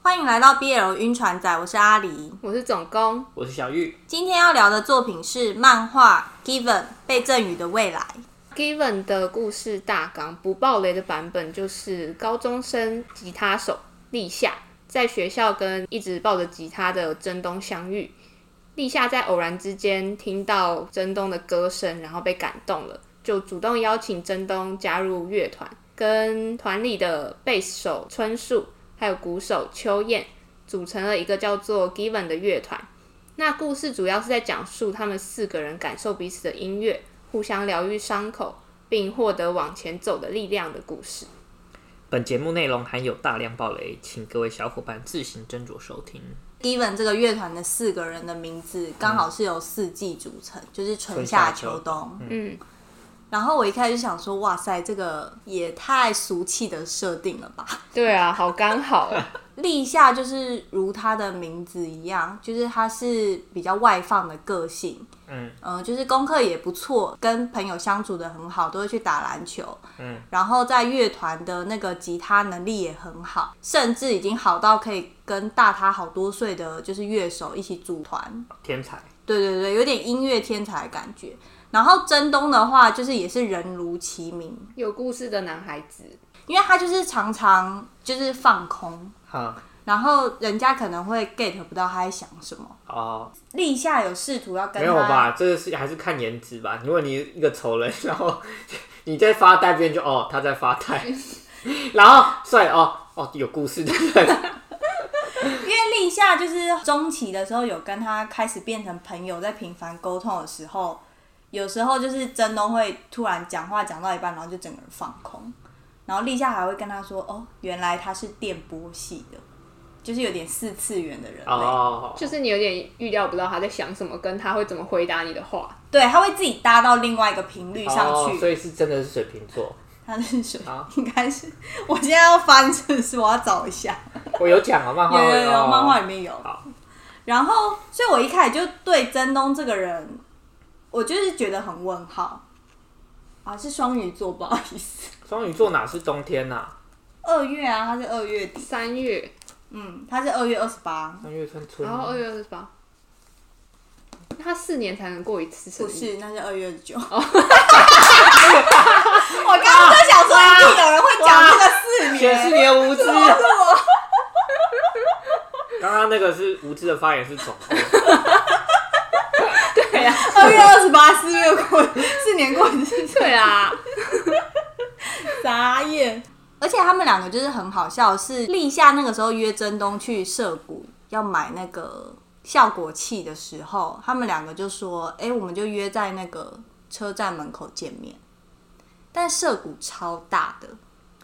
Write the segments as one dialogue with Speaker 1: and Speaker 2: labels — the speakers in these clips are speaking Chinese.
Speaker 1: 欢迎来到 BL 晕船仔，我是阿狸。
Speaker 2: 我是总工，
Speaker 3: 我是小玉，
Speaker 1: 今天要聊的作品是漫画《Given》被赠予的未来。
Speaker 2: Given 的故事大纲不爆雷的版本就是高中生吉他手立夏在学校跟一直抱着吉他的真东相遇。立夏在偶然之间听到真东的歌声，然后被感动了，就主动邀请真东加入乐团，跟团里的贝斯手春树还有鼓手秋燕组成了一个叫做 Given 的乐团。那故事主要是在讲述他们四个人感受彼此的音乐，互相疗愈伤口，并获得往前走的力量的故事。
Speaker 3: 本节目内容含有大量暴雷，请各位小伙伴自行斟酌收听。
Speaker 1: Given 这个乐团的四个人的名字刚好是由四季组成，就是嗯春夏秋冬。
Speaker 2: 嗯，
Speaker 1: 然后我一开始就想说，哇塞，这个也太俗气的设定了吧！
Speaker 2: 对啊，好刚好哦、
Speaker 1: 立夏就是如他的名字一样，就是他是比较外放的个性，
Speaker 3: 嗯
Speaker 1: 呃，就是功课也不错，跟朋友相处的很好，都会去打篮球，
Speaker 3: 嗯，
Speaker 1: 然后在乐团的那个吉他能力也很好，甚至已经好到可以跟大他好多岁的就是乐手一起组团，
Speaker 3: 天才，
Speaker 1: 对对对，有点音乐天才的感觉。然后真东的话，就是也是人如其名，
Speaker 2: 有故事的男孩子，
Speaker 1: 因为他就是常常就是放空，
Speaker 3: 哈
Speaker 1: 然后人家可能会 get 不到他在想什么。
Speaker 3: 哦，
Speaker 1: 立夏有试图要跟
Speaker 3: 没有
Speaker 1: 他
Speaker 3: 吧？这个是还是看颜值吧。如果你一个丑人，然后 你在发呆，别人就哦他在发 呆，然后帅哦哦有故事的 人，
Speaker 1: 因为立夏就是中期的时候有跟他开始变成朋友，在频繁沟通的时候，有时候就是真东会突然讲话讲到一半，然后就整个人放空，然后立夏还会跟他说：“哦，原来他是电波系的，就是有点四次元的人类。
Speaker 3: 哦，
Speaker 2: 就是你有点预料不到他在想什么，跟他会怎么回答你的话。
Speaker 1: 对，他会自己搭到另外一个频率上
Speaker 3: 哦，
Speaker 1: 去。
Speaker 3: 所以是真的是水瓶座，
Speaker 1: 他是谁
Speaker 3: 好？
Speaker 1: 应该是我现在要翻，是不是？我要找一下。
Speaker 3: 我有讲啊，漫
Speaker 1: 有
Speaker 3: 画
Speaker 1: 有有，漫画
Speaker 3: 哦
Speaker 1: 里面有。
Speaker 3: 好
Speaker 1: 然后，所以我一开始就对真东这个人，我就是觉得很问号啊，是双鱼座，不好意思，
Speaker 3: 双鱼座哪是冬天呐？
Speaker 1: 二月啊，他是二月底，
Speaker 2: 三月，
Speaker 1: 嗯，他是二月二十八，
Speaker 3: 三月算春
Speaker 2: 然后
Speaker 3: 吗
Speaker 2: 二，月二十八，他四年才能过一次生
Speaker 1: 不
Speaker 2: 日，
Speaker 1: 是，那是二月九。我刚刚就想说，一定有人会讲这个四
Speaker 3: 显
Speaker 1: 年，
Speaker 3: 示你的无知。
Speaker 1: 是我
Speaker 3: 刚刚那个是无知的发言是总共。
Speaker 2: 对啊，
Speaker 1: 二月二十八，四月过，四年过一次，
Speaker 2: 对啊，
Speaker 1: 傻眼。而且他们两个就是很好笑，是立夏那个时候约真东去涉谷要买那个效果器的时候，他们两个就说：“哎、我们就约在那个车站门口见面。”但涉谷超大的，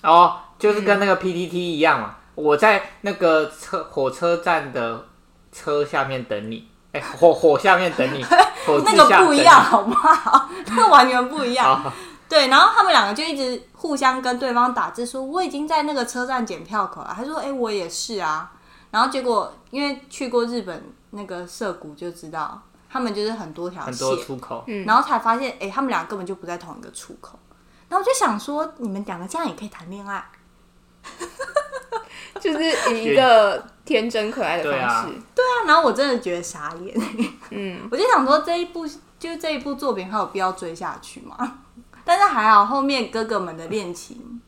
Speaker 3: 哦，就是跟那个 PTT 一样嘛，我在那个车火车站的车下面等你，哎、火火下面等你，火
Speaker 1: 那
Speaker 3: 字下
Speaker 1: 个不
Speaker 3: 等
Speaker 1: 一
Speaker 3: 你
Speaker 1: 样，。好不好？ 那个完全不一样。
Speaker 3: 好，
Speaker 1: 对，然后他们两个就一直互相跟对方打字说：“我已经在那个车站检票口了。”他说：“哎、我也是啊。”然后结果因为去过日本那个涩谷就知道，他们就是很多条
Speaker 3: 很
Speaker 1: 线，
Speaker 3: 多出口，
Speaker 2: 嗯
Speaker 1: 然后才发现，哎、他们俩根本就不在同一个出口。然后我就想说，你们两个这样也可以谈恋爱？
Speaker 2: 就是以一个天真可爱的
Speaker 3: 对
Speaker 2: 方
Speaker 3: 啊
Speaker 2: 式，
Speaker 1: 对啊，然后我真的觉得傻眼，
Speaker 2: 嗯。
Speaker 1: 我就想说这一部就是这一部作品还有必要追下去吗？ 但是还好后面哥哥们的恋情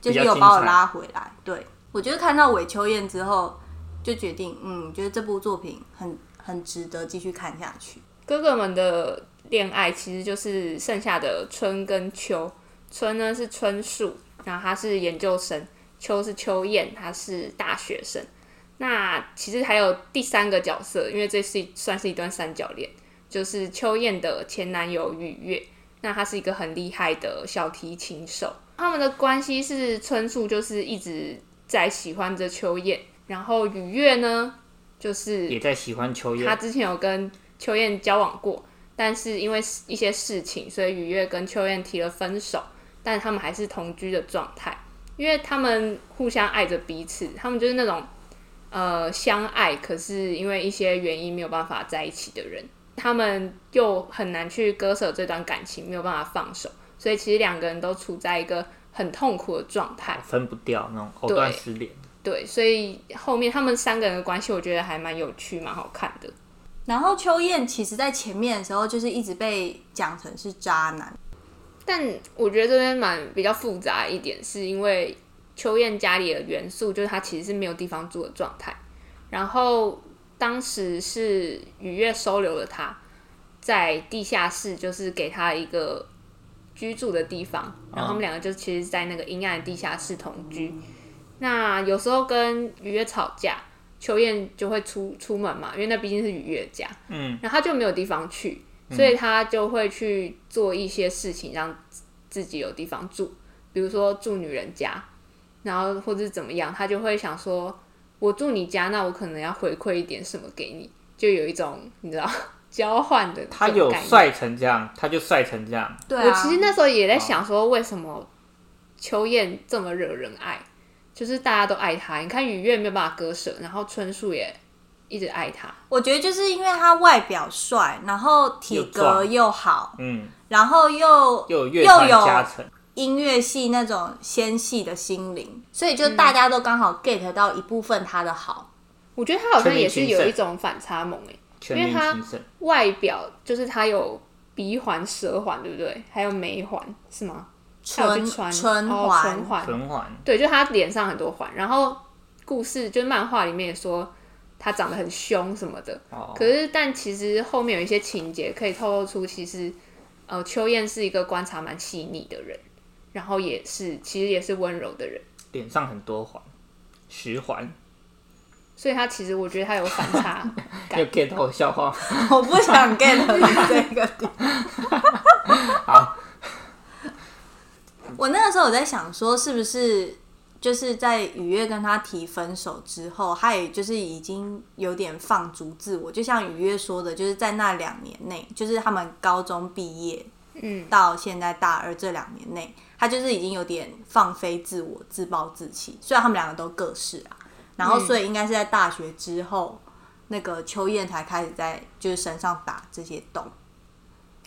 Speaker 1: 就是有把我拉回来。对我觉得看到韦秋燕之后，就决定嗯，觉得这部作品很很值得继续看下去。
Speaker 2: 哥哥们的恋爱其实就是剩下的春跟秋。春呢是春树，然后他是研究生；秋是秋燕，他是大学生。那其实还有第三个角色，因为这是一算是一段三角恋，就是秋燕的前男友雨月。那他是一个很厉害的小提琴手，他们的关系是春树就是一直在喜欢着秋燕，然后雨月呢就是
Speaker 3: 也在喜欢秋
Speaker 2: 他
Speaker 3: 叶。
Speaker 2: 之前有跟秋燕交往过，但是因为一些事情，所以雨月跟秋燕提了分手，但他们还是同居的状态，因为他们互相爱着彼此，他们就是那种呃相爱，可是因为一些原因没有办法在一起的人，他们又很难去割舍这段感情，没有办法放手，所以其实两个人都处在一个很痛苦的状态。
Speaker 3: 分不掉那种藕断丝连，
Speaker 2: 对，所以后面他们三个人的关系，我觉得还蛮有趣，蛮好看的。
Speaker 1: 然后秋燕其实在前面的时候，就是一直被讲成是渣男，
Speaker 2: 但我觉得这边蛮比较复杂一点，是因为秋燕家里的元素就是她其实是没有地方住的状态，然后当时是雨月收留了她，在地下室就是给她一个居住的地方，
Speaker 3: 嗯
Speaker 2: 然后他们两个就其实，在那个阴暗的地下室同居。那有时候跟雨月吵架，秋燕就会出出门嘛，因为那毕竟是雨月家，
Speaker 3: 嗯，
Speaker 2: 然后他就没有地方去，所以他就会去做一些事情让自己有地方住，比如说住女人家，然后或者怎么样，他就会想说，我住你家，那我可能要回馈一点什么给你，就有一种你知道 交换的
Speaker 3: 他
Speaker 2: 这种
Speaker 3: 有
Speaker 2: 概念
Speaker 3: 帅成这样，他就帅成这样，
Speaker 1: 对
Speaker 2: 我
Speaker 1: 啊，
Speaker 2: 其实那时候也在想说，为什么秋燕这么惹人爱？就是大家都爱她。你看雨月没有办法割舍，然后春树也一直爱她。
Speaker 1: 我觉得就是因为他外表帅，然后体格又好，
Speaker 3: 嗯，
Speaker 1: 然后又
Speaker 3: 又有乐团
Speaker 1: 有
Speaker 3: 加成，
Speaker 1: 音乐系那种纤细的心灵，嗯所以就大家都刚好 get 到一部分他的好。
Speaker 2: 我觉得她好像也
Speaker 3: 全
Speaker 2: 是
Speaker 3: 民情圣
Speaker 2: 有一种反差萌诶、
Speaker 3: 全
Speaker 2: 因为
Speaker 3: 民
Speaker 2: 他
Speaker 3: 情圣，
Speaker 2: 外表就是她有鼻环、舌环，对不对？还有眉环是吗？她有去穿
Speaker 1: 唇
Speaker 2: 哦
Speaker 1: 环
Speaker 2: 唇环，
Speaker 3: 存环，
Speaker 2: 对，就她脸上很多环。然后故事就是漫画里面也说她长得很凶什么的，
Speaker 3: 哦，
Speaker 2: 可是，但其实后面有一些情节可以透露出，其实呃，秋燕是一个观察蛮细腻的人，然后也是其实也是温柔的人，
Speaker 3: 脸上很多环，十环，
Speaker 2: 所以她其实我觉得她有反差
Speaker 3: 你有 get 到我笑话吗？
Speaker 1: 我不 想 get 这个点。我那个时候我在想说，是不是就是在雨月跟他提分手之后，他也就是已经有点放逐自我，就像雨月说的，就是在那两年内，就是他们高中毕业，
Speaker 2: 嗯，
Speaker 1: 到现在大二这两年内，他就是已经有点放飞自我、自暴自弃。虽然他们两个都各是啊，然后所以应该是在大学之后，那个秋燕才开始在就是身上打这些洞。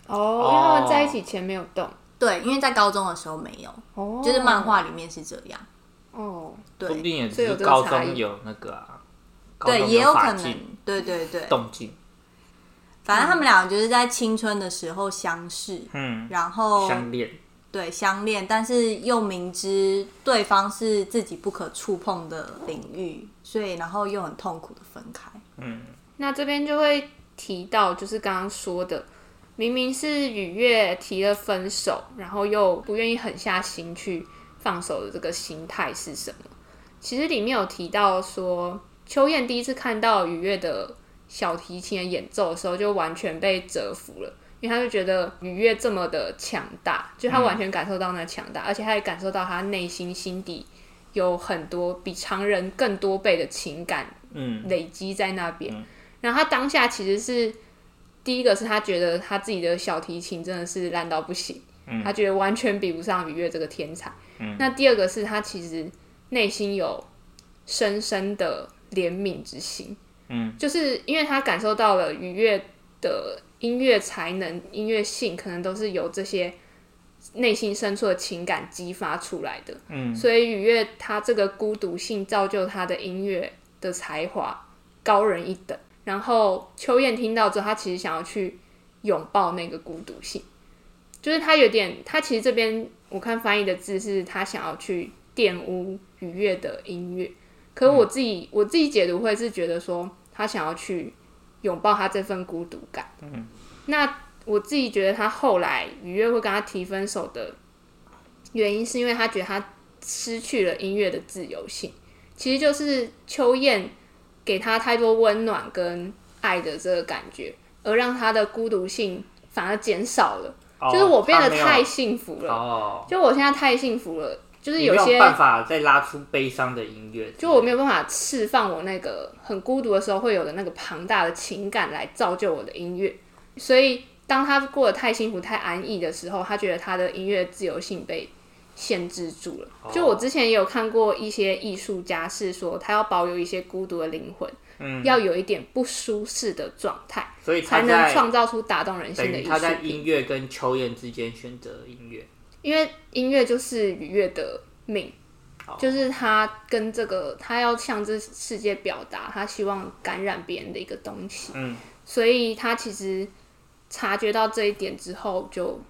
Speaker 2: 哦，因为他们在一起前没有动，
Speaker 1: 对，因为在高中的时候没有，
Speaker 2: 哦，
Speaker 1: 就是漫画里面是这样。
Speaker 2: 哦，
Speaker 3: 说不
Speaker 1: 对
Speaker 3: 定也只
Speaker 2: 所以有
Speaker 3: 是
Speaker 2: 这个
Speaker 3: 高
Speaker 2: 差
Speaker 3: 中
Speaker 2: 异
Speaker 3: 有那个啊，高
Speaker 1: 对，
Speaker 3: 中
Speaker 1: 哦也有
Speaker 3: 法
Speaker 1: 可能
Speaker 3: 镜。
Speaker 1: 对对对，
Speaker 3: 动静，
Speaker 1: 反正他们俩就是在青春的时候相识，
Speaker 3: 嗯，
Speaker 1: 然后
Speaker 3: 相恋，
Speaker 1: 对相恋，但是又明知对方是自己不可触碰的领域，所以然后又很痛苦的分开。
Speaker 3: 嗯，
Speaker 2: 那这边就会提到，就是刚刚说的，明明是雨月提了分手，然后又不愿意狠下心去放手的这个心态是什么？其实里面有提到说，秋燕第一次看到雨月的小提琴的演奏的时候，就完全被折服了。因为她就觉得雨月这么的强大，就她完全感受到那强大，而且她也感受到她内心心底有很多比常人更多倍的情感
Speaker 3: 嗯，
Speaker 2: 累积在那边。然后他当下其实是第一个是他觉得他自己的小提琴真的是烂到不行，他觉得完全比不上愉悦这个天才。那第二个是他其实内心有深深的怜悯之心，嗯，就是因为他感受到了愉悦的音乐才能、音乐性，可能都是由这些。内心深处的情感激发出来的，嗯，所以愉悦他这个孤独性造就他的音乐的才华高人一等。然后秋燕听到之后，她其实想要去拥抱那个孤独性，就是她有点，她其实这边我看翻译的字是她想要去玷污愉悦的音乐，可是我自己、我自己解读会是觉得说，她想要去拥抱她这份孤独感。嗯，那我自己觉得她后来愉悦会跟她提分手的原因，是因为她觉得她失去了音乐的自由性，其实就是秋燕。给他太多温暖跟爱的这个感觉，而让他的孤独性反而减少了。
Speaker 3: 哦
Speaker 2: 就是我变
Speaker 3: 他
Speaker 2: 得
Speaker 3: 没有
Speaker 2: 太幸福了，
Speaker 3: 哦，
Speaker 2: 就我现在太幸福了，就是
Speaker 3: 你
Speaker 2: 有
Speaker 3: 没
Speaker 2: 些
Speaker 3: 有办法再拉出悲伤的音乐，
Speaker 2: 就我没有办法释放我那个很孤独的时候会有的那个庞大的情感来造就我的音乐，所以当他过得太幸福、太安逸的时候，他觉得他的音乐自由性被限制住了。
Speaker 3: 哦
Speaker 2: 就我之前也有看过一些艺术家是说，他要保有一些孤独的灵魂，嗯，要有一点不舒适的状态，
Speaker 3: 所以
Speaker 2: 才
Speaker 3: 他
Speaker 2: 能
Speaker 3: 在
Speaker 2: 创造出打动人
Speaker 3: 等
Speaker 2: 心的
Speaker 3: 于
Speaker 2: 艺
Speaker 3: 他
Speaker 2: 术
Speaker 3: 在
Speaker 2: 品。
Speaker 3: 音乐跟秋燕之间选择音乐，
Speaker 2: 因为音乐就是愉悦的命，就是他跟这个他要向这世界表达他希望感染别人的一个东西，
Speaker 3: 嗯，
Speaker 2: 所以他其实察觉到这一点之后就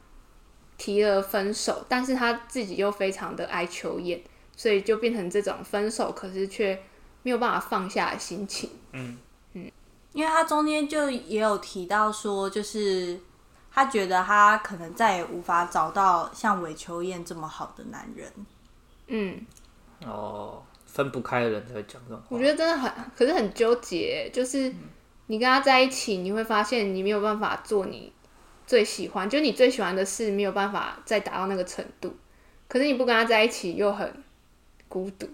Speaker 2: 提了分手，但是他自己又非常的爱求演，所以就变成这种分手可是却没有办法放下的心情。
Speaker 1: 因为他中间就也有提到说，就是他觉得他可能再也无法找到像韦秋燕这么好的男人。
Speaker 2: 嗯，
Speaker 3: 哦，分不开的人才会讲这种话。
Speaker 2: 我觉得真的很，可是很纠结，就是你跟他在一起，你会发现你没有办法做你最喜欢，就是你最喜欢的事没有办法再达到那个程度，可是你不跟他在一起又很孤独，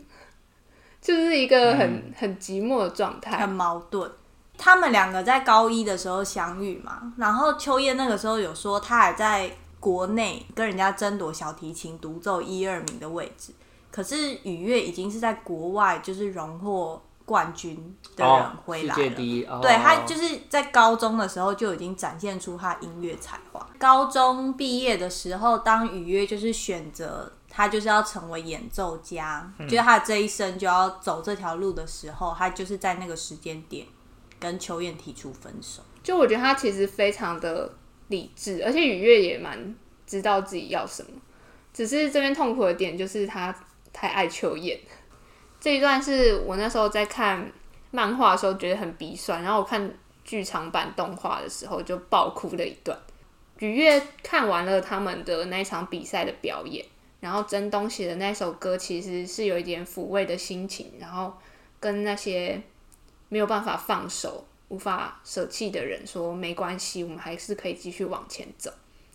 Speaker 2: 就是一个很、很寂寞的状态
Speaker 1: 很。矛盾。他们两个在高一的时候相遇嘛，然后秋叶那个时候有说他还在国内跟人家争夺小提琴独奏一二名的位置，可是雨月已经是在国外就是荣获冠军的人
Speaker 3: 哦
Speaker 1: 回来
Speaker 3: 世界
Speaker 1: 了。
Speaker 3: 第一，哦、
Speaker 1: 对他就是在高中的时候就已经展现出他音乐才华。高中毕业的时候，当雨约就是选择他就是要成为演奏家，就是他这一生就要走这条路的时候，他就是在那个时间点跟秋燕提出分手。
Speaker 2: 就我觉得他其实非常的理智，而且雨月也蛮知道自己要什么，只是这边痛苦的点就是他太爱秋叶。这一段是我那时候在看漫画的时候觉得很鼻酸，然后我看剧场版动画的时候就爆哭的一段。雨月看完了他们的那一场比赛的表演，然后真东写的那首歌其实是有一点抚慰的心情，然后跟那些没有办法放手、无法舍弃的人说没关系，我们还是可以继续往前走。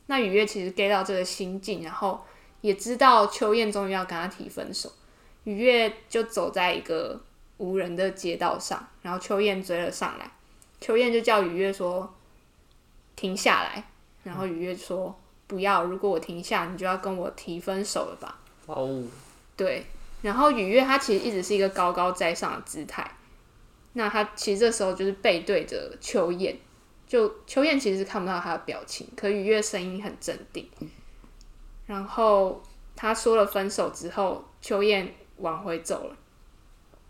Speaker 2: 那雨月其实 get 到这个心境，然后也知道秋燕终于要跟他提分手，雨月就走在一个无人的街道上，然后秋燕追了上来，秋燕就叫雨月说停下来，然后雨月说不要，如果我停下，你就要跟我提分手了吧。
Speaker 3: 哦，
Speaker 2: 对，然后雨月她其实一直是一个高高在上的姿态，那她其实这时候就是背对着秋燕，就秋燕其实是看不到她的表情，可雨月声音很镇定。然后她说了分手之后，秋燕往回走了，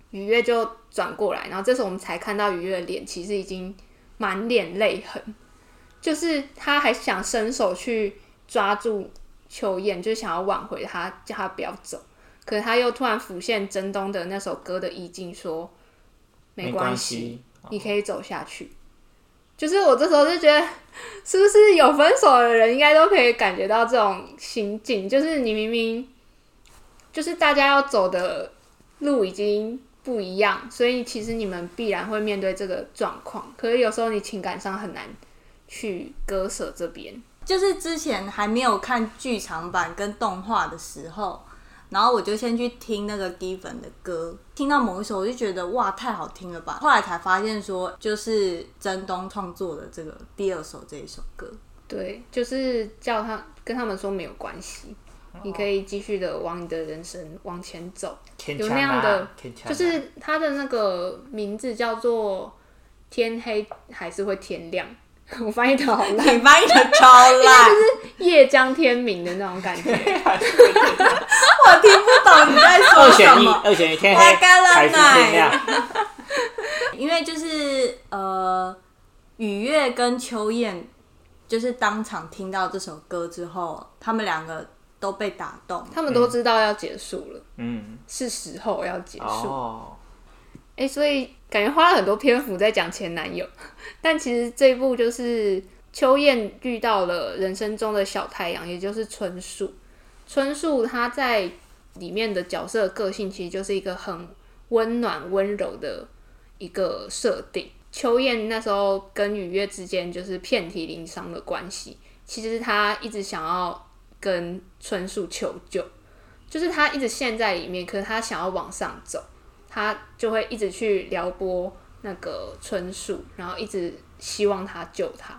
Speaker 2: 雨月就转过来，然后这时候我们才看到雨月的脸，其实已经满脸泪痕，就是她还想伸手去抓住秋燕，就是想要挽回她，叫她不要走。可是他又突然浮现真东的那首歌的意境，说没关
Speaker 3: 关
Speaker 2: 系，
Speaker 3: 系，
Speaker 2: 你可以走下去。就是我这时候就觉得，是不是有分手的人应该都可以感觉到这种心境？就是你明明就是大家要走的路已经不一样，所以其实你们必然会面对这个状况。可是有时候你情感上很难去割舍这边。
Speaker 1: 就是之前还没有看剧场版跟动画的时候，然后我就先去听那个 Given 的歌，听到某一首我就觉得哇太好听了吧，后来才发现说就是真东创作的这个第二首这一首歌，
Speaker 2: 对，就是叫他跟他们说没有关系，你可以继续的往你的人生往前走。有那样的，
Speaker 3: 啊
Speaker 2: 就是他的那个名字叫做“天黑还是会天亮”， 我翻译的好烂，
Speaker 1: 你翻译的超烂，
Speaker 2: 夜将天明的那种感觉。
Speaker 1: 我听不懂你在说
Speaker 3: 二
Speaker 1: 什
Speaker 3: 选一，
Speaker 1: 么。
Speaker 3: 二选一，天黑
Speaker 1: 我干了
Speaker 3: 还是天亮？
Speaker 1: 因为就是呃，雨月跟秋燕就是当场听到这首歌之后，他们两个都被打动，
Speaker 2: 他们都知道要结束了，
Speaker 3: 嗯，
Speaker 2: 是时候要结束。
Speaker 3: 哦，
Speaker 2: 哎、所以感觉花了很多篇幅在讲前男友， 但其实这一部就是秋燕遇到了人生中的小太阳，也就是春树。春树他在里面的角色个性其实就是一个很温暖温柔的一个设定。秋燕那时候跟雨月之间就是遍体鳞伤的关系，其实她一直想要跟春树求救，就是她一直陷在里面，可是她想要往上走。他就会一直去撩拨那个春树，然后一直希望他救他。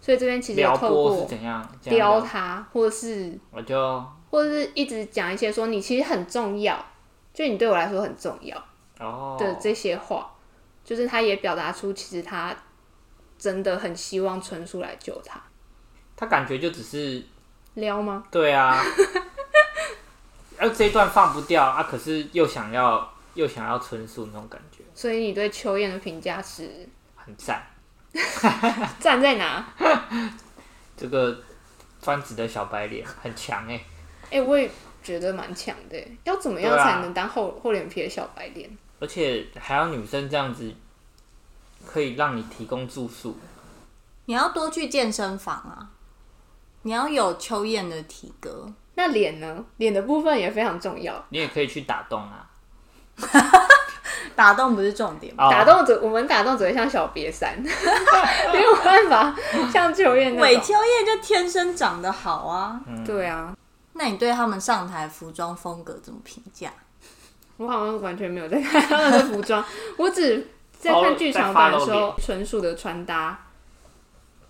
Speaker 2: 所以这边其实有
Speaker 3: 撩
Speaker 2: 透
Speaker 3: 拨是
Speaker 2: 过
Speaker 3: 怎样？这样
Speaker 2: 撩
Speaker 3: 撩，
Speaker 2: 他，或是
Speaker 3: 我就
Speaker 2: 或是一直讲一些说你其实很重要，就你对我来说很重要
Speaker 3: 哦，
Speaker 2: 的这些话，就是他也表达出其实他真的很希望春树来救他。
Speaker 3: 他感觉就只是
Speaker 2: 撩吗？
Speaker 3: 对啊，哎、这一段放不掉啊，可是又想要又想要纯素那种感觉，
Speaker 2: 所以你对秋燕的评价是
Speaker 3: 很赞。
Speaker 2: 站在哪？
Speaker 3: 这个专职的小白脸很强哎、
Speaker 2: 哎、我也觉得蛮强的耶。要怎么样
Speaker 3: 对啊
Speaker 2: 才能当厚厚脸皮的小白脸？
Speaker 3: 而且还要女生这样子，可以让你提供住宿，
Speaker 1: 你要多去健身房啊，你要有秋燕的体格。
Speaker 2: 那脸呢？脸的部分也非常重要。
Speaker 3: 你也可以去打洞啊。
Speaker 1: 打洞不是重点吗？
Speaker 3: 哦
Speaker 2: 打动者，我们打动只会像小瘪三， 没有办法像秋燕那
Speaker 1: 韦
Speaker 2: 种。
Speaker 1: 秋燕就天生长得好啊。
Speaker 2: 对啊，
Speaker 1: 那你对他们上台服装风格怎么评价？
Speaker 2: 我好像完全没有在看 他们的服装，我只在看剧场版的时候，纯属的穿搭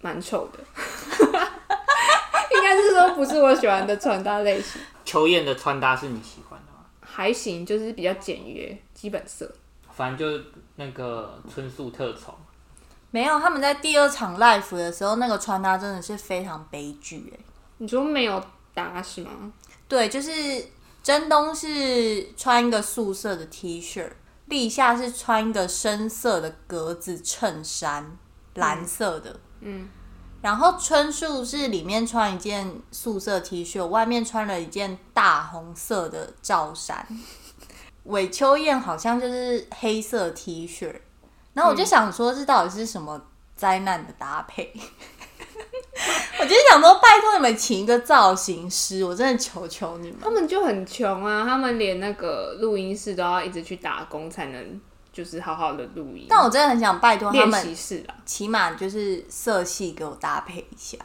Speaker 2: 蛮丑的， 应该是说不是我喜欢的穿搭类型，
Speaker 3: 哦秋燕的穿搭是你喜欢的吗？
Speaker 2: 还行，就是比较简约，基本色。
Speaker 3: 反正就那个春树特宠，
Speaker 1: 没有，他们在第二场 l i f e 的时候，那个穿搭真的是非常悲剧哎、
Speaker 2: 你说没有搭是吗？
Speaker 1: 对，就是真东是穿一个素色的 T 恤，立夏是穿一个深色的格子衬衫，蓝色的。嗯。然后春树是里面穿一件素色 T 恤，外面穿了一件大红色的罩衫。韦秋燕好像就是黑色 T 恤，然后我就想说，这到底是什么灾难的搭配？ 我就是想说，拜托你们请一个造型师，我真的求求你们。
Speaker 2: 他们就很穷啊，他们连那个录音室都要一直去打工才能，就是好好的录音。
Speaker 1: 但我真的很想拜托他
Speaker 2: 练
Speaker 1: 们，
Speaker 2: 习室啊，
Speaker 1: 起码就是色系给我搭配一下。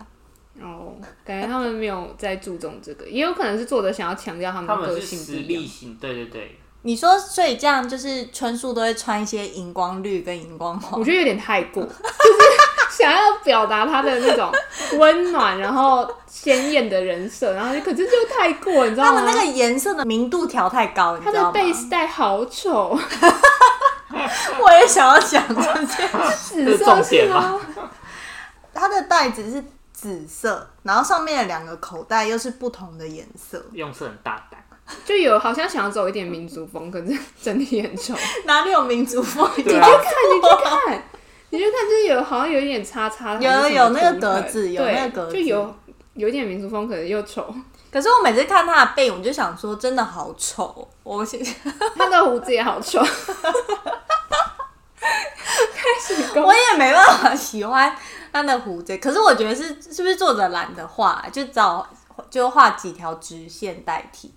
Speaker 2: 哦，感觉他们没有在注重这个，也有可能是作者想要强调他
Speaker 3: 他
Speaker 2: 们
Speaker 3: 们
Speaker 2: 个
Speaker 3: 是
Speaker 2: 性不
Speaker 3: 实
Speaker 2: 一
Speaker 3: 力
Speaker 2: 样。
Speaker 3: 型，对对对，
Speaker 1: 你说，所以这样就是春树都会穿一些荧光绿跟荧光
Speaker 2: 我
Speaker 1: 黄，
Speaker 2: 觉得有点太过，就是想要表达他的那种温暖，然后鲜艳的人设，然后可是就太过，你知
Speaker 1: 他
Speaker 2: 道吗
Speaker 1: 们？那个颜色的明度调太高，你
Speaker 2: 他
Speaker 1: 知
Speaker 2: 的
Speaker 1: 道吗？
Speaker 2: 贝斯带好丑，
Speaker 1: 我也想要讲这件事。
Speaker 2: 紫
Speaker 3: 这是重
Speaker 2: 色是
Speaker 3: 点
Speaker 2: 吗？
Speaker 1: 它的袋子是紫色，然后上面的两个口袋又是不同的颜色，
Speaker 3: 用色很大胆，
Speaker 2: 就有好像想要走一点民族风，可是整体很 丑。
Speaker 1: 哪里有民族风？
Speaker 3: 对
Speaker 2: 你
Speaker 3: 啊
Speaker 2: 去看，你去看，你去看，就是有好像有一点叉叉，
Speaker 1: 有
Speaker 2: 还是
Speaker 1: 有
Speaker 2: 什么
Speaker 1: 那个
Speaker 2: 图
Speaker 1: 格
Speaker 2: 腾
Speaker 1: 子有
Speaker 2: 对
Speaker 1: 那个格子
Speaker 2: 就有有一点民族风，可是又丑。
Speaker 1: 可是我每次看他的背影，我就想说，真的好丑。哦我现
Speaker 2: 他的胡子也好丑。开始攻
Speaker 1: 我也没办法喜欢他的胡子，可是我觉得是是不是作者懒得画，啊就找就画几条直线代替。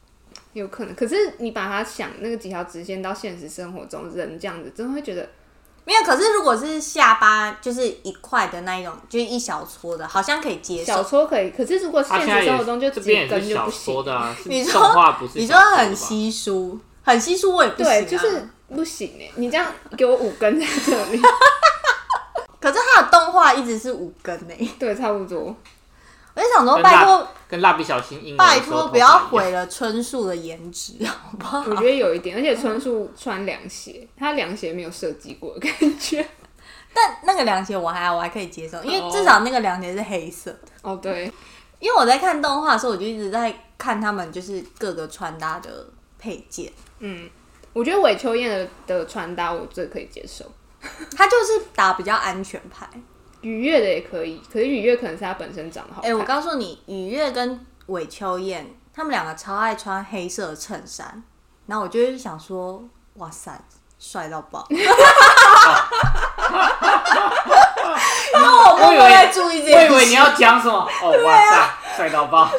Speaker 2: 有可能，可是你把它想那个几条直线到现实生活中，人这样子真的会觉得
Speaker 1: 没有，可是如果是下巴就是一块的那一种，就是一小撮的，好像可以接
Speaker 2: 小
Speaker 1: 受。
Speaker 2: 撮可以，可是如果
Speaker 3: 他
Speaker 2: 现
Speaker 3: 现在
Speaker 2: 实生
Speaker 3: 也
Speaker 2: 活中就
Speaker 3: 这
Speaker 2: 几
Speaker 3: 边也
Speaker 2: 根
Speaker 3: 是
Speaker 2: 就
Speaker 3: 小
Speaker 2: 不
Speaker 3: 说
Speaker 2: 行，
Speaker 3: 的啊，是
Speaker 1: 你说
Speaker 3: 动画不是
Speaker 1: 你
Speaker 3: 小
Speaker 1: 说
Speaker 3: 说的吧
Speaker 1: 很稀疏，很稀疏，我也不行、啊。
Speaker 2: 对，就是不行哎、你这样给我五根在这里，
Speaker 1: 可是他的动画一直是五根呢、
Speaker 2: 对，差不多。
Speaker 1: 我就想说，
Speaker 3: 跟
Speaker 1: 拜
Speaker 3: 蜡
Speaker 1: 托
Speaker 3: 跟蜡笔小新英文
Speaker 1: 拜
Speaker 3: 的时候
Speaker 1: 托不要
Speaker 3: 头发一样
Speaker 1: 毁了春树的颜值，好不好？
Speaker 2: 我觉得有一点，而且春树穿凉鞋，他凉鞋没有设计过的感觉。
Speaker 1: 但那个凉鞋我还好我还可以接受，因
Speaker 3: 哦
Speaker 1: 为至少那个凉鞋是黑色的。
Speaker 2: 哦，对，
Speaker 1: 因为我在看动画的时候，我就一直在看他们就是各个穿搭的配件，
Speaker 2: 我觉得韦秋燕的的穿搭我最可以接受，
Speaker 1: 他就是打比较安全牌。
Speaker 2: 雨月的也可以，可是雨月可能是她本身长得好
Speaker 1: 哎、
Speaker 2: 看。
Speaker 1: 我告诉你，雨月跟韦秋燕他们两个超爱穿黑色的衬衫，然后我就会想说，哇塞，帅到 爆！因为我默默在注意这
Speaker 3: 我以
Speaker 1: 件
Speaker 3: 为你
Speaker 1: 事。啊
Speaker 3: 要讲什 么？哦，哇塞，帅到爆！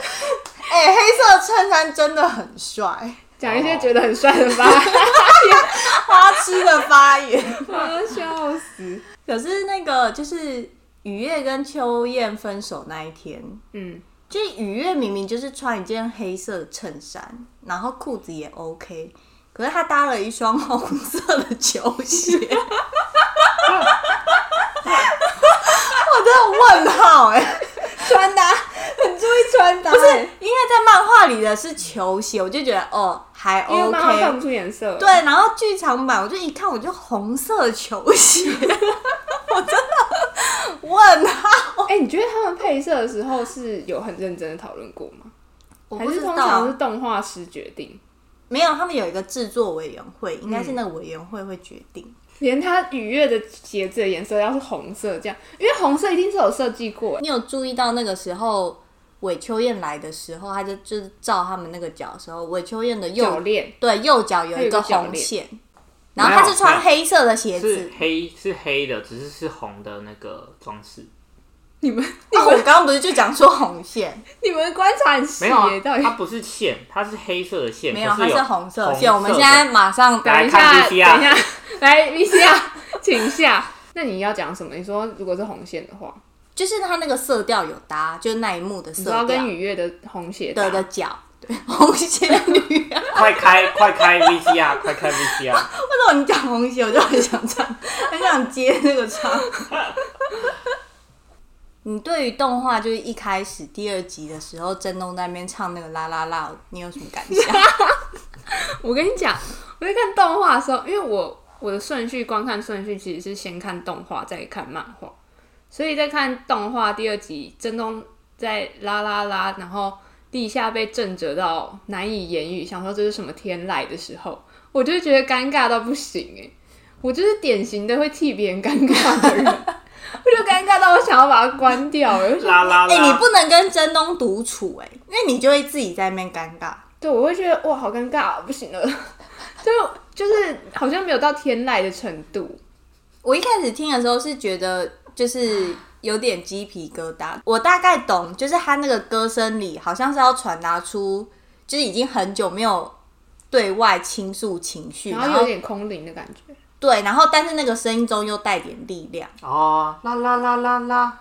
Speaker 1: 哎、黑色的衬衫真的很帅，
Speaker 2: 讲一些觉得很帅的吧，
Speaker 1: 哦 花痴的发言。
Speaker 2: 啊笑死。
Speaker 1: 可是那个就是雨月跟秋燕分手那一天，
Speaker 2: 嗯，
Speaker 1: 就是雨月明明就是穿一件黑色的衬衫，然后裤子也 OK，可是她搭了一双红色的球鞋， 我真的问号哎、
Speaker 2: 穿搭很注意穿搭，不
Speaker 1: 不是，因为在漫画里的是球鞋，我就觉得哦还
Speaker 2: 因为
Speaker 1: OK，
Speaker 2: 漫画看不出颜色。
Speaker 1: 对，，然后剧场版我就一看，我就红色球 鞋，我真的问号。啊
Speaker 2: 哎、你觉得他们配色的时候是有很认真的讨论过吗？我
Speaker 1: 还
Speaker 2: 不
Speaker 1: 是
Speaker 2: 是通
Speaker 1: 知道
Speaker 2: 常是动画师决定，
Speaker 1: 没有，他们有一个制作委员会，应该是那个委员会会决定。
Speaker 2: 连他愉悦的鞋子的颜色要是红色这样，因为红色一定是有设计过，
Speaker 1: 你有注意到那个时候韦秋燕来的时候，他就就是照他们那个脚的时候，韦秋燕的
Speaker 2: 脚
Speaker 1: 右
Speaker 2: 链
Speaker 1: 对右脚有一个
Speaker 2: 还有一个脚
Speaker 1: 红
Speaker 2: 链
Speaker 1: 线，然后他是穿
Speaker 3: 没
Speaker 1: 黑色的鞋
Speaker 3: 是
Speaker 1: 子。
Speaker 3: 黑是黑的，只是是红的那个装饰。
Speaker 2: 你们
Speaker 1: 哦，我刚刚不是就讲说红线，
Speaker 2: 你们观察很细
Speaker 3: 没有、啊
Speaker 2: 耶，到，底
Speaker 3: 它不是线，它是黑色的线，
Speaker 1: 没有，它
Speaker 3: 可是
Speaker 1: 是红
Speaker 3: 红
Speaker 1: 色的
Speaker 3: 的
Speaker 1: 线。我们现在马上
Speaker 2: 等
Speaker 3: 来
Speaker 2: 一
Speaker 3: 看
Speaker 2: 下，等
Speaker 3: VCR
Speaker 2: 一下，来 VCR，请下。 那你要讲什么？你说如果是红线的话，
Speaker 1: 就是它那个色调有搭，就是那一幕的
Speaker 2: 你
Speaker 1: 色
Speaker 2: 说要
Speaker 1: 调
Speaker 2: 跟愉悦的红鞋搭
Speaker 1: 的的脚，对，红鞋女。
Speaker 3: 快开 快开 VCR，快开
Speaker 1: 为
Speaker 3: VCR。
Speaker 1: 什么你讲红鞋，我就很想 唱，很想接那个唱。你对于动画就是一开始第二集的时候，真东在那边唱那个啦啦啦，你有什么感想？
Speaker 2: 我跟你讲，我在看动画的时候，因为我我的顺序观看顺序其实是先看动画，再看漫画，所以在看动画第二集，真东在啦啦啦，然后地下被震折到难以言语，想说这是什么天籁的时候，我就觉得尴尬到不行哎、我就是典型的会替别人尴尬的人，我就尴尬到我想要把它关掉欸，我就想
Speaker 3: 啦啦啦！
Speaker 1: 哎、你不能跟真东独处、哎，因为你就会自己在那边尴尬。
Speaker 2: 对，我会觉得哇，好尴尬、不行了， 就就是好像没有到天籁的程度。
Speaker 1: 我一开始听的时候是觉得就是有点鸡皮疙瘩，我大概懂，就是他那个歌声里好像是要传达出，就是已经很久没有对外倾诉情绪，
Speaker 2: 然
Speaker 1: 然
Speaker 2: 后有
Speaker 1: 后
Speaker 2: 点空灵的感觉。
Speaker 1: 对，然后但是那个声音中又带点力量，
Speaker 3: 哦，啦啦啦啦 啦，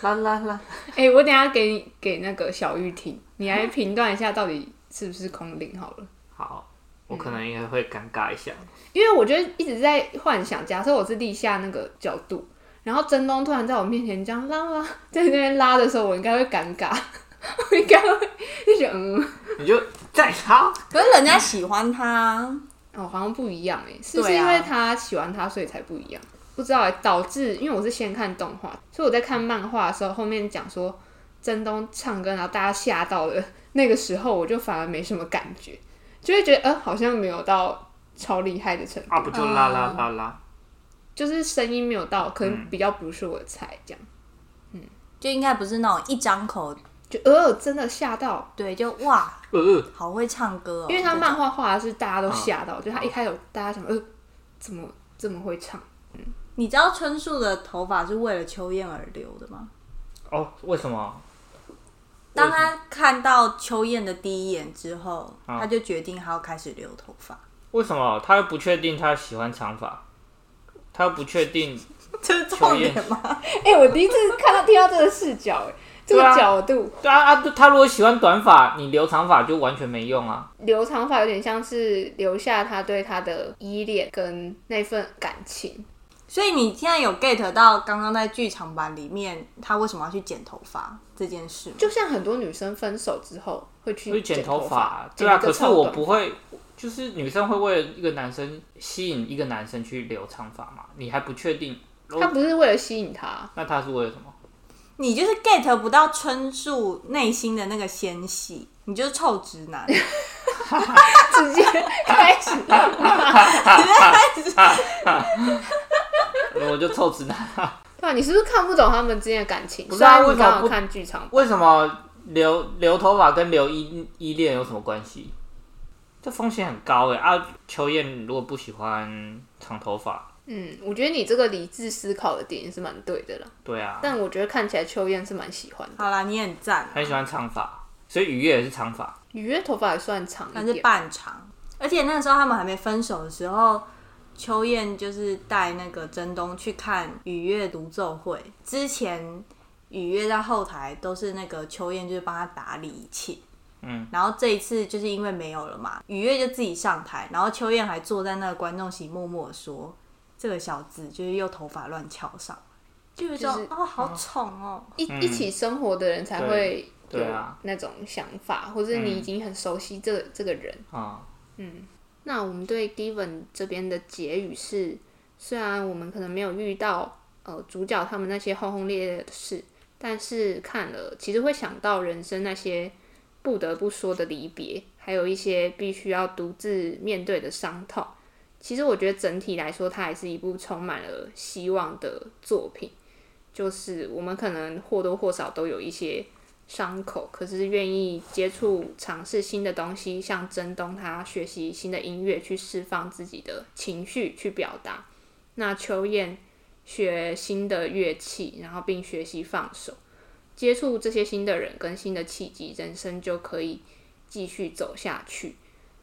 Speaker 3: 啦啦啦！
Speaker 2: 哎、我等一下给你给那个小玉听，你来评断一下到底是不是空灵好了。
Speaker 3: 好，我可
Speaker 1: 嗯
Speaker 3: 能也会尴尬一下。
Speaker 2: 因为我觉得一直在幻想，假设我是立夏那个角度，然后真东突然在我面前这样拉拉，在那边拉的时候，我应该会尴尬， 我应该会就觉得嗯，
Speaker 3: 你就再他
Speaker 1: 可是人家喜欢他，
Speaker 2: 哦，好像不一样哎、是不是
Speaker 1: 对啊
Speaker 2: 因为他喜欢他，所以才不一样？不知道哎、导致因为我是先看动画，所以我在看漫画的时候，后面讲说真东唱歌，然后大家吓到了，那个时候我就反而没什么感觉，就会觉得呃好像没有到超厉害的程度，
Speaker 3: 啊，不就啦啦啦啦？
Speaker 2: 就是声音没有到，可能比较不是我的菜，这样
Speaker 1: 就应该不是那种一张口
Speaker 2: 就呃真的吓到，
Speaker 1: 对就哇
Speaker 3: 呃，
Speaker 1: 好会唱歌哦，
Speaker 2: 因为他
Speaker 1: 这种
Speaker 2: 漫画画的是大家都吓到，就他一开始大家想呃怎么这么会唱，
Speaker 1: 你知道春树的头发是为了秋燕而留的吗？
Speaker 3: 哦，为什么？
Speaker 1: 当他看到秋燕的第一眼之后，
Speaker 3: 嗯
Speaker 1: 他就决定他要开始留头发。
Speaker 3: 为什么他又不确定他喜欢长发？他又不确定，
Speaker 1: 这是重点吗？
Speaker 2: 哎、我第一次看到听到这个视角、哎，这个
Speaker 3: 对啊
Speaker 2: 角度，
Speaker 3: 对啊啊！他如果喜欢短发，你留长发就完全没用啊。
Speaker 2: 留长发有点像是留下他对他的依恋跟那份感情。
Speaker 1: 所以你现在有 get 到刚刚在剧场版里面他为什么要去剪头发这件事吗？
Speaker 2: 就像很多女生分手之后会去
Speaker 3: 会剪头
Speaker 2: 发
Speaker 3: 发，，对
Speaker 2: 剪
Speaker 3: 啊。
Speaker 2: 一个
Speaker 3: 可是
Speaker 2: 超
Speaker 3: 我
Speaker 2: 短
Speaker 3: 不会，就是女生会为了一个男生吸引一个男生去留长发嘛？你还不确定，
Speaker 2: 他不是为了吸引他，
Speaker 3: 那他是为了什么？
Speaker 1: 你就是 get 不到春树内心的那个纤细，你就是臭直男。
Speaker 2: 直 接开始。
Speaker 3: 我就臭直男。
Speaker 2: 对啊，你是不是看不懂他们之间的感情？
Speaker 3: 不是啊
Speaker 2: 虽然
Speaker 3: 为
Speaker 2: 你
Speaker 3: 什么
Speaker 2: 刚好
Speaker 3: 不
Speaker 2: 看剧场版，
Speaker 3: 为什么留留头发跟留依依恋有什么关系？这风险很高哎、啊！秋燕如果不喜欢长头发，
Speaker 2: 嗯，我觉得你这个理智思考的点也是蛮对的啦。
Speaker 3: 对啊，
Speaker 2: 但我觉得看起来秋燕是蛮喜欢的，
Speaker 1: 好啦，你很赞，啊
Speaker 3: 很喜欢长发，所以愉悦也是长发。
Speaker 2: 雨月头发也算长
Speaker 1: 但
Speaker 2: 一
Speaker 1: 是
Speaker 2: 点。
Speaker 1: 半长。而且那时候他们还没分手的时候，秋燕就是带那个真东去看雨月独奏会。之前雨月在后台都是那个秋燕，就是帮他打理一切。
Speaker 3: 嗯，
Speaker 1: 然后这一次就是因为没有了嘛，雨月就自己上台，然后秋燕还坐在那个观众席，默默地说：“这个小子就是又头发乱翘上来，就有一种、
Speaker 2: 就是嗯
Speaker 1: 哦好宠哦。
Speaker 2: 一一起生活的人才会有
Speaker 3: 嗯对啊
Speaker 2: 那种想法，或者你已经很熟悉这个、这个人。嗯
Speaker 3: 啊、
Speaker 2: 那我们对 Given 这边的结语是，虽然我们可能没有遇到呃主角他们那些轰轰烈烈的事，但是看了其实会想到人生那些不得不说的离别，还有一些必须要独自面对的伤痛。其实我觉得整体来说，它还是一部充满了希望的作品。就是我们可能或多或少都有一些伤口，可是愿意接触、尝试新的东西，像真东他学习新的音乐，去释放自己的情绪，去表达。那秋燕学新的乐器，然后并学习放手，接触这些新的人跟新的契机，人生就可以继续走下去。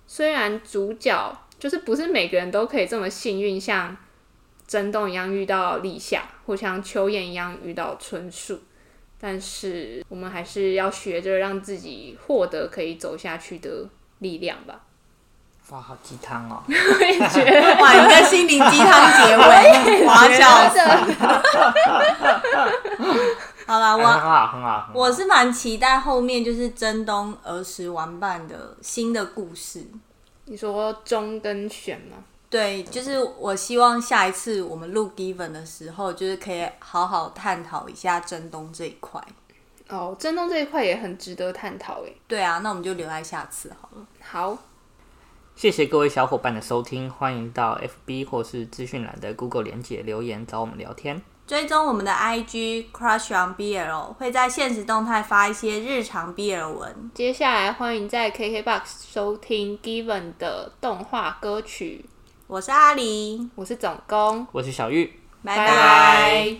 Speaker 2: 虽然主角就是不是每个人都可以这么幸运，像真动一样遇到立夏，或像秋燕一样遇到春树，但是我们还是要学着让自己获得可以走下去的力量吧。
Speaker 3: 哇，好鸡汤哦！
Speaker 2: 我也觉得
Speaker 1: 哇，你在心灵鸡汤结尾，我要笑死。好啦，
Speaker 3: 很
Speaker 1: 我
Speaker 3: 好，很好，很好。
Speaker 1: 我是蛮期待后面就是真东儿时玩伴的新的故事。
Speaker 2: 你说中跟选吗？
Speaker 1: 对，就是我希望下一次我们录 Given 的时候，就是可以好好探讨一下真东这一块。
Speaker 2: 哦，震动这一块也很值得探讨诶。
Speaker 1: 对啊，那我们就留在下次好了。
Speaker 2: 好，
Speaker 3: 谢谢各位小伙伴的收听，欢迎到 FB 或是资讯栏的 Google 连结留言找我们聊天。
Speaker 1: 追踪我们的 IG Crush on BL，会在现实动态发一些日常 BL 文。
Speaker 2: 接下来欢迎在 KKBOX 收听 Given 的动画歌曲。
Speaker 1: 我是阿狸，
Speaker 2: 我是总工，
Speaker 3: 我是小玉，
Speaker 1: 拜
Speaker 2: 拜
Speaker 1: 拜。
Speaker 2: 拜